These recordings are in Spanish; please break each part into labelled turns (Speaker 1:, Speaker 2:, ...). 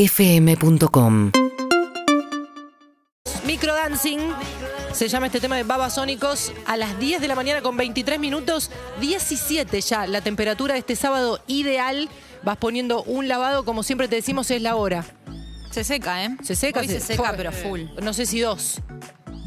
Speaker 1: UrbanaPlayFM.com
Speaker 2: Microdancing se llama este tema de Babasónicos a las 10 de la mañana con 23 minutos, 17 ya la temperatura de este sábado ideal. Vas poniendo un lavado, como siempre te decimos, es la hora.
Speaker 3: Se seca, ¿eh?
Speaker 2: Se seca,
Speaker 3: Hoy se seca,
Speaker 2: fue-
Speaker 3: pero full.
Speaker 2: No sé si dos.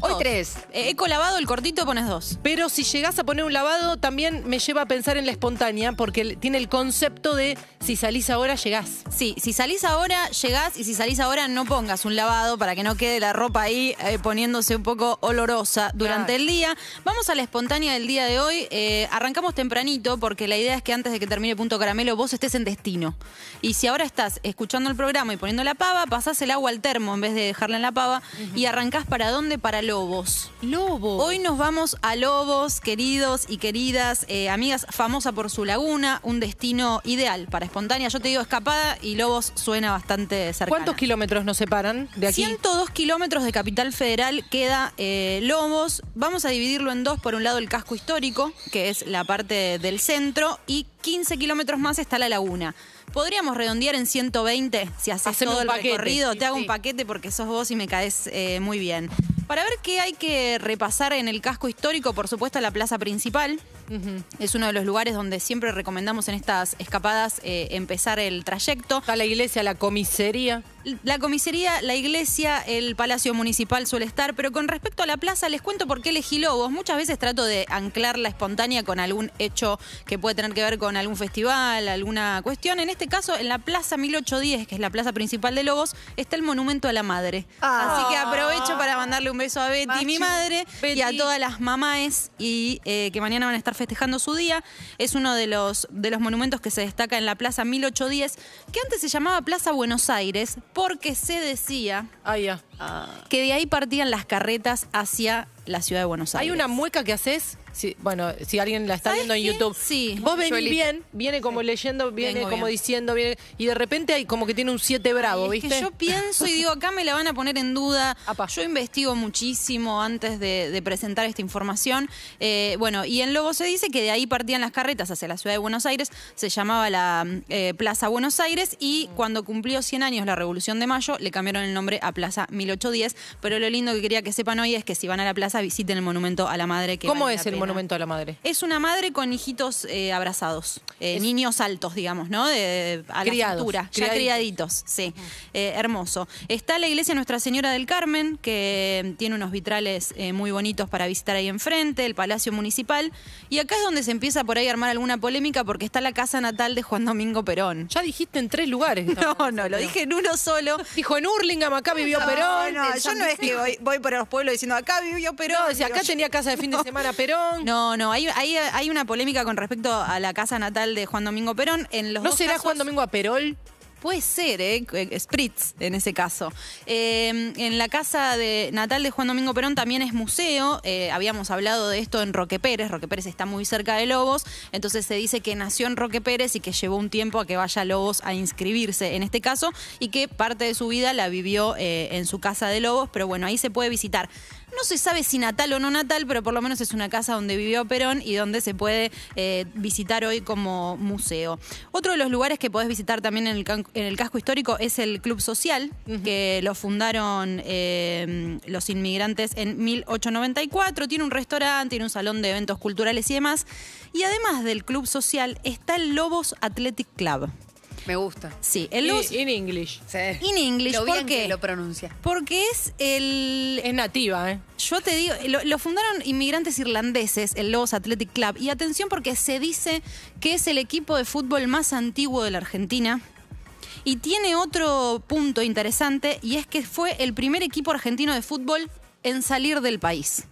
Speaker 3: Hoy
Speaker 4: tres.
Speaker 3: He colabado el cortito, pones dos.
Speaker 2: Pero si llegás a poner un lavado, también me lleva a pensar en la espontánea, porque el- tiene el concepto de si salís ahora, llegás.
Speaker 3: Sí, si salís ahora, llegás y si salís ahora no pongas un lavado para que no quede la ropa ahí eh, poniéndose un poco olorosa durante
Speaker 2: Claro.
Speaker 3: el día. Vamos a la espontánea del día de hoy. Eh, arrancamos tempranito porque la idea es que antes de que termine Punto Caramelo vos estés en destino. Y si ahora estás escuchando el programa y poniendo la pava, pasás el agua al termo en vez de dejarla en la pava y arrancás para dónde? Para Lobos.
Speaker 2: Lobo.
Speaker 3: Hoy nos vamos a Lobos, queridos y queridas, eh, amigas, famosa por su laguna, un destino ideal para espontánea. Yo te digo escapada y Lobos suena bastante cercano.
Speaker 2: ¿Cuántos kilómetros nos separan de aquí?
Speaker 3: 102 kilómetros de Capital Federal queda eh, Lobos. Vamos a dividirlo en dos. Por un lado, el casco histórico, que es la parte del centro, y 15 kilómetros más está la laguna. Podríamos redondear en 120 si haces
Speaker 2: Haceme
Speaker 3: todo
Speaker 2: un
Speaker 3: el
Speaker 2: paquete.
Speaker 3: recorrido.
Speaker 2: Sí,
Speaker 3: Te hago
Speaker 2: sí.
Speaker 3: un paquete porque sos vos y me caes eh, muy bien. Para ver qué hay que repasar en el casco histórico, por supuesto, la plaza principal. Es uno de los lugares donde siempre recomendamos en estas escapadas eh, empezar el trayecto.
Speaker 2: Está la iglesia, la comisaría.
Speaker 3: La comisaría, la iglesia, el palacio municipal suele estar, pero con respecto a la plaza les cuento por qué elegí Lobos. Muchas veces trato de anclar la espontánea con algún hecho que puede tener que ver con algún festival, alguna cuestión. En este caso, en la plaza 1810, que es la plaza principal de Lobos, está el monumento a la madre. Así que aprovecho para mandarle un beso a Betty, mi madre, y a
Speaker 2: Betty.
Speaker 3: todas las mamáes y eh, que mañana van a estar festejando su día. Es uno de los, de los monumentos que se destaca en la Plaza 1810, que antes se llamaba Plaza Buenos Aires, porque se decía
Speaker 2: Ah, ya.
Speaker 3: que de ahí partían las carretas hacia la ciudad de Buenos
Speaker 2: Hay
Speaker 3: Aires.
Speaker 2: una mueca que haces, si- bueno, si alguien la está
Speaker 3: ¿Sabés
Speaker 2: viendo en
Speaker 3: qué?
Speaker 2: YouTube.
Speaker 3: Sí.
Speaker 2: Vos venís
Speaker 4: Yuelita.
Speaker 2: bien, viene como leyendo, viene
Speaker 3: Vengo
Speaker 2: como
Speaker 3: bien.
Speaker 2: diciendo, viene, y de repente hay como que tiene un 7 bravo,
Speaker 3: Es
Speaker 2: ¿viste?
Speaker 3: que yo pienso y digo, acá me la van a poner en duda.
Speaker 2: Apa.
Speaker 3: Yo investigo muchísimo antes de, de presentar esta información. Eh, bueno, y en Lobo se dice que de ahí partían las carretas hacia la ciudad de Buenos Aires. Se llamaba la eh, Plaza Buenos Aires y
Speaker 2: Mm.
Speaker 3: cuando cumplió 100 años la Revolución de Mayo, le cambiaron el nombre a Plaza 1810. Pero lo lindo que quería que sepan hoy es que si van a la plaza, visiten el monumento a la madre. Que
Speaker 2: ¿Cómo
Speaker 3: vale la
Speaker 2: es el
Speaker 3: pena.
Speaker 2: monumento a la madre?
Speaker 3: Es una madre con hijitos eh, abrazados, eh, niños altos, digamos, ¿no? De, a
Speaker 2: Criados,
Speaker 3: la cintura, ya
Speaker 2: criaditos.
Speaker 3: criaditos, sí. Eh, hermoso. Está la iglesia Nuestra Señora del Carmen, que eh, tiene unos vitrales eh, muy bonitos para visitar ahí enfrente, el Palacio Municipal. Y acá es donde se empieza por ahí a armar alguna polémica porque está la casa natal de Juan Domingo Perón.
Speaker 2: Ya dijiste en tres lugares.
Speaker 3: No, no, lo dije en uno solo.
Speaker 2: Dijo en Hurlingham, acá vivió Perón.
Speaker 4: No, no, yo no es que voy, voy por los pueblos diciendo acá vivió Perón.
Speaker 2: No, decía, acá
Speaker 4: Digo,
Speaker 2: tenía casa de fin de semana Perón. No,
Speaker 3: No, no, hay, hay, hay una polémica con respecto a la casa natal de Juan Domingo Perón. En los dos
Speaker 2: será
Speaker 3: casos-
Speaker 2: Juan Domingo a Perol?
Speaker 3: Puede ser, ¿eh? Eh, Spritz en ese caso. Eh, en la casa de natal de Juan Domingo Perón también es museo. Eh, habíamos hablado de esto en Roque Pérez. Roque Pérez está muy cerca de Lobos. Entonces se dice que nació en Roque Pérez y que llevó un tiempo a que vaya a Lobos a inscribirse en este caso y que parte de su vida la vivió eh, en su casa de Lobos. Pero bueno, ahí se puede visitar. No se sabe si natal o no natal, pero por lo menos es una casa donde vivió Perón y donde se puede eh, visitar hoy como museo. Otro de los lugares que podés visitar también en el, can- en el casco histórico es el Club Social, que lo fundaron eh, los inmigrantes en 1894. Tiene un restaurante, tiene un salón de eventos culturales y demás. Y además del Club Social está el Lobos Athletic Club.
Speaker 4: Me gusta.
Speaker 3: Sí, el Lobos
Speaker 2: En English.
Speaker 4: Sí.
Speaker 3: in English.
Speaker 4: Lo bien
Speaker 3: ¿Por qué?
Speaker 4: que lo pronuncia.
Speaker 3: Porque es el,
Speaker 2: Es nativa, ¿eh?
Speaker 3: yo te digo, lo, lo fundaron inmigrantes irlandeses, el Lobos Athletic Club. Y atención porque se dice que es el equipo de fútbol más antiguo de la Argentina. Y tiene otro punto interesante y es que fue el primer equipo argentino de fútbol en salir del país.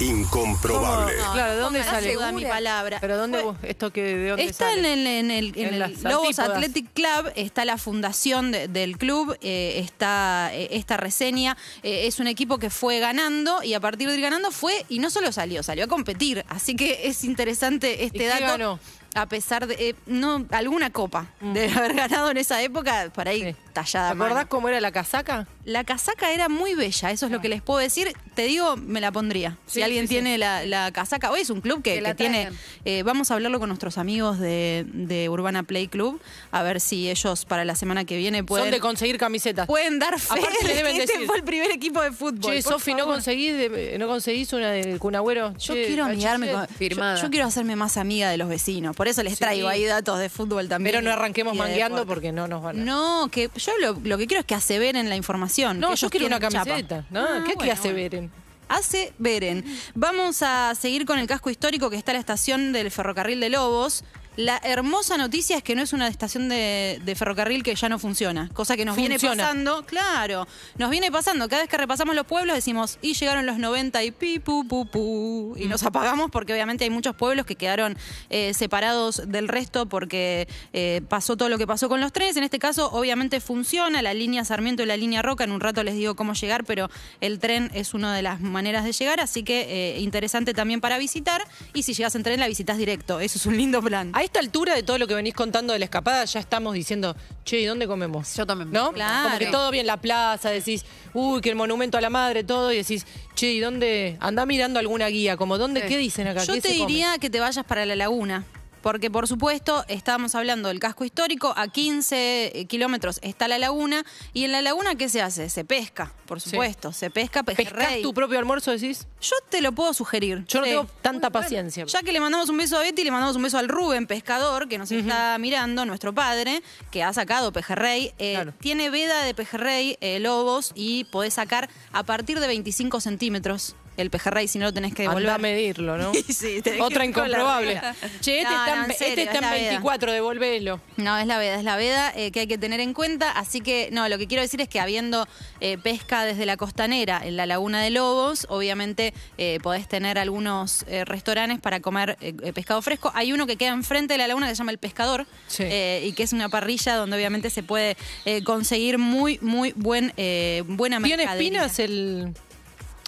Speaker 5: Incomprobable.
Speaker 2: claro, ¿de dónde
Speaker 3: Póngase
Speaker 2: sale?
Speaker 3: duda mi palabra.
Speaker 2: Pero ¿dónde
Speaker 3: Fue-
Speaker 2: vos- esto que de dónde
Speaker 3: Está
Speaker 2: sale?
Speaker 3: en el, en el- en
Speaker 2: En
Speaker 3: el
Speaker 2: las
Speaker 3: Lobos
Speaker 2: antípodas.
Speaker 3: Athletic Club, está la fundación de- del club, eh, está eh, esta reseña. eh, es un equipo que fue ganando y a partir de ir ganando fue, y no solo salió, salió a competir. Así que es interesante este
Speaker 2: qué
Speaker 3: dato.
Speaker 2: ganó?
Speaker 3: A pesar de. eh, no, alguna copa de haber ganado en esa época, por ahí
Speaker 2: Sí.
Speaker 3: tallada
Speaker 2: ¿Te
Speaker 3: a
Speaker 2: acordás
Speaker 3: mano.
Speaker 2: cómo era la casaca?
Speaker 3: La casaca era muy bella, eso es lo que les puedo decir. Te digo, me la pondría.
Speaker 4: Sí,
Speaker 3: si alguien
Speaker 4: sí, sí.
Speaker 3: tiene la, la casaca, hoy es un club que,
Speaker 4: Que la
Speaker 3: que tiene...
Speaker 4: traigan.
Speaker 3: eh, vamos a hablarlo con nuestros amigos de, de Urbana Play Club, a ver si ellos para la semana que viene
Speaker 2: Son
Speaker 3: pueden,
Speaker 2: de conseguir camisetas.
Speaker 3: pueden dar fe
Speaker 2: Aparte
Speaker 3: de
Speaker 2: le deben
Speaker 3: que este
Speaker 2: decir.
Speaker 3: fue el primer equipo de fútbol.
Speaker 2: Che,
Speaker 3: por
Speaker 2: Sofi, ¿no
Speaker 3: favor.
Speaker 2: conseguís, de- eh, ¿no conseguís una del Cunagüero?
Speaker 3: Yo quiero amigarme con. Yo,
Speaker 4: Firmada.
Speaker 3: yo quiero hacerme más amiga de los vecinos. Por eso les traigo ahí datos de fútbol también.
Speaker 2: Pero no
Speaker 3: y-
Speaker 2: arranquemos
Speaker 3: y de
Speaker 2: mangueando
Speaker 3: deporte.
Speaker 2: porque no nos van a...
Speaker 3: No, que yo lo, lo que quiero es que aseveren la información.
Speaker 2: No,
Speaker 3: que
Speaker 2: yo
Speaker 3: ellos
Speaker 2: quiero una
Speaker 3: tienen chapa.
Speaker 2: camiseta. ¿no?
Speaker 3: Ah,
Speaker 2: ¿Qué
Speaker 3: bueno,
Speaker 2: que hace
Speaker 3: bueno.
Speaker 2: Beren?
Speaker 3: Aseveren. Vamos a seguir con el casco histórico que está en la estación del ferrocarril de Lobos. La hermosa noticia es que no es una estación de, de ferrocarril que ya no funciona, cosa que nos viene
Speaker 2: Funciona.
Speaker 3: pasando, claro, nos viene pasando. Cada vez que repasamos los pueblos decimos, y llegaron los 90 y pi, pu, pu, pu, y nos apagamos porque obviamente hay muchos pueblos que quedaron eh, separados del resto porque eh, pasó todo lo que pasó con los trenes. En este caso, obviamente funciona la línea Sarmiento y la línea Roca. En un rato les digo cómo llegar, pero el tren es una de las maneras de llegar, así que eh, interesante también para visitar. Y si llegas en tren, la visitas directo. Eso es un lindo plan.
Speaker 2: A esta altura de todo lo que venís contando de la escapada, ya estamos diciendo, che, ¿y dónde comemos?
Speaker 4: Yo también.
Speaker 2: ¿No?
Speaker 3: Claro.
Speaker 2: Como que todo bien, la plaza, decís, uy, que el monumento a la madre, todo, y decís, che, ¿y dónde? Andá mirando alguna guía, como, ¿dónde?
Speaker 4: Sí.
Speaker 2: ¿Qué dicen acá?
Speaker 3: Yo
Speaker 2: ¿Qué
Speaker 3: te
Speaker 2: se come?
Speaker 3: diría que te vayas para la laguna. Porque, por supuesto, estábamos hablando del casco histórico, a 15 eh, kilómetros está la laguna, y en la laguna, ¿qué se hace? Se pesca, por supuesto, se pesca
Speaker 2: ¿Pescás
Speaker 3: pejerrey.
Speaker 2: tu propio almuerzo, decís?
Speaker 3: Yo te lo puedo sugerir.
Speaker 2: Yo no
Speaker 3: Sí.
Speaker 2: tengo tanta paciencia.
Speaker 3: Ya que le mandamos un beso a Betty, le mandamos un beso al Rubén, pescador, que nos está mirando, nuestro padre, que ha sacado pejerrey. Eh,
Speaker 2: Claro.
Speaker 3: Tiene veda de pejerrey, eh, lobos, y podés sacar a partir de 25 centímetros el pejerrey si no lo tenés que devolver.
Speaker 2: Andá a medirlo, ¿no?
Speaker 3: Sí, tenés que
Speaker 2: Otra
Speaker 3: ir con la
Speaker 2: incomprobable.
Speaker 3: regla.
Speaker 2: Che, este
Speaker 3: No,
Speaker 2: está, en-
Speaker 3: no, en
Speaker 2: este
Speaker 3: serio,
Speaker 2: está
Speaker 3: es la
Speaker 2: en
Speaker 3: veda.
Speaker 2: 24, devolvelo.
Speaker 3: No, es la veda, es la veda eh, que hay que tener en cuenta. Así que, no, lo que quiero decir es que habiendo eh, pesca desde la costanera en la laguna de Lobos, obviamente eh, podés tener algunos eh, restaurantes para comer eh, eh, pescado fresco. Hay uno que queda enfrente de la laguna que se llama El Pescador
Speaker 2: Sí.
Speaker 3: eh, y que es una parrilla donde obviamente se puede eh, conseguir muy, muy buen, eh, buena
Speaker 2: ¿Tiene
Speaker 3: mercadería.
Speaker 2: espinas el,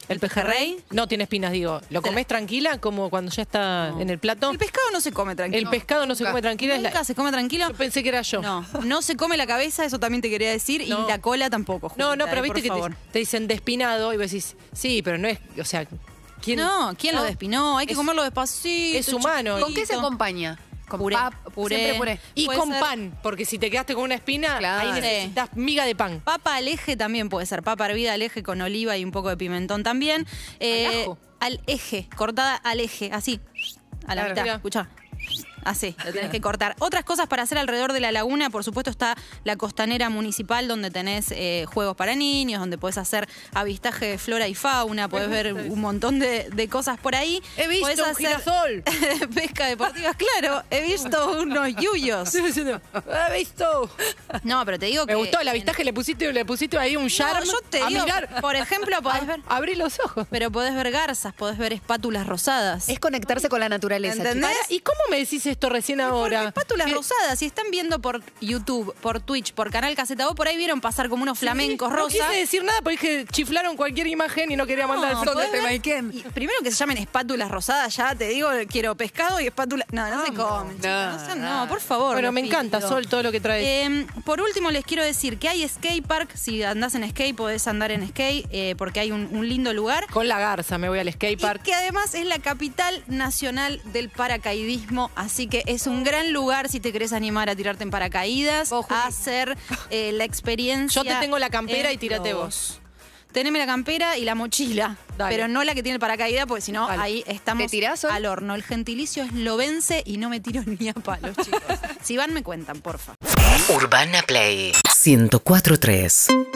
Speaker 3: ¿El pejerrey?
Speaker 2: No tiene espinas, digo. ¿Lo comés tranquila como cuando ya está en el plato?
Speaker 3: El pescado no se come tranquilo.
Speaker 2: El pescado no se
Speaker 4: nunca.
Speaker 2: come tranquila. es la-
Speaker 3: Nunca se come tranquilo.
Speaker 2: Yo pensé que era yo.
Speaker 3: No, no se come la cabeza, eso también te quería decir,
Speaker 2: No.
Speaker 3: y la cola tampoco.
Speaker 2: No,
Speaker 3: Julita,
Speaker 2: no, pero
Speaker 3: eh,
Speaker 2: viste
Speaker 3: por
Speaker 2: que te,
Speaker 3: favor.
Speaker 2: te dicen despinado y vos decís, sí, pero no es, o sea, ¿quién?
Speaker 3: No, ¿quién lo despinó? Hay que
Speaker 2: Es-
Speaker 3: comerlo despacito.
Speaker 2: es humano.
Speaker 4: ¿Con qué se acompaña? Con
Speaker 3: Puré.
Speaker 4: pap-
Speaker 3: Puré.
Speaker 4: Siempre puré.
Speaker 2: Y
Speaker 3: Puede
Speaker 2: con
Speaker 3: ser-
Speaker 2: pan, porque si te quedaste con una espina,
Speaker 4: Claro.
Speaker 2: ahí necesitas miga de pan.
Speaker 3: Papa al eje también puede ser. Papa hervida al eje con oliva y un poco de pimentón también. Eh,
Speaker 2: ajo?
Speaker 3: al eje, cortada al eje, así. A la
Speaker 2: Claro.
Speaker 3: mitad,
Speaker 2: Mira.
Speaker 3: escuchá. Así, lo tenés que cortar. Otras cosas para hacer alrededor de la laguna, por supuesto, está la costanera municipal, donde tenés eh, juegos para niños, donde podés hacer avistaje de flora y fauna, podés ver un montón de, de cosas por ahí.
Speaker 2: He visto
Speaker 3: Podés
Speaker 2: un
Speaker 3: hacer-
Speaker 2: girasol.
Speaker 3: Pesca deportiva, claro. He visto unos yuyos.
Speaker 2: Estoy diciendo, "Ah, visto.
Speaker 3: No, pero te digo
Speaker 2: Me
Speaker 3: que.
Speaker 2: gustó el avistaje, le pusiste, le pusiste ahí un charm
Speaker 3: yo te
Speaker 2: a
Speaker 3: digo,
Speaker 2: mirar.
Speaker 3: por ejemplo, podés
Speaker 2: A-
Speaker 3: ver-
Speaker 2: Abrí los ojos.
Speaker 3: Pero podés ver garzas, podés ver espátulas rosadas.
Speaker 4: Es conectarse con la naturaleza.
Speaker 3: ¿Entendés?
Speaker 2: Pará, ¿Y cómo me decís esto recién
Speaker 3: Porque
Speaker 2: ahora?
Speaker 3: espátulas
Speaker 2: Que-
Speaker 3: rosadas, si están viendo por YouTube, por Twitch, por Canal Caseta O, por ahí vieron pasar como unos flamencos
Speaker 2: No
Speaker 3: rosa.
Speaker 2: quise decir nada porque dije, chiflaron cualquier imagen y no quería mandar el este fondo.
Speaker 3: No, podés
Speaker 4: te
Speaker 3: ver-
Speaker 4: maiquen.
Speaker 3: y primero que se llamen espátulas rosadas, ya te digo, quiero pescado y espátulas. No, no se comen. chicas, No, sean- no, por favor.
Speaker 2: Bueno,
Speaker 3: les
Speaker 2: me encanta,
Speaker 3: pido.
Speaker 2: Sol, todo lo que traes.
Speaker 3: Eh, por último, les quiero decir que hay skate park. Si andás en skate, podés andar en skate eh, porque hay un, un lindo lugar.
Speaker 2: Con la garza me voy al skate
Speaker 3: Y
Speaker 2: park.
Speaker 3: que además es la capital nacional del paracaidismo, así que es un gran lugar si te querés animar a tirarte en paracaídas,
Speaker 4: Vos, Juli.
Speaker 3: a hacer eh, la experiencia.
Speaker 2: Yo te tengo la campera
Speaker 3: en
Speaker 2: y tírate
Speaker 3: Lobos.
Speaker 2: vos.
Speaker 3: Teneme la campera y la mochila,
Speaker 2: Dale.
Speaker 3: pero no la que tiene el paracaídas, porque si no,
Speaker 2: Dale.
Speaker 3: ahí estamos
Speaker 4: ¿Te tirás, Sol?
Speaker 3: al horno. El gentilicio es lo vence y no me tiro ni a palos, chicos. si van, me cuentan, porfa.
Speaker 1: Urbana Play 104.3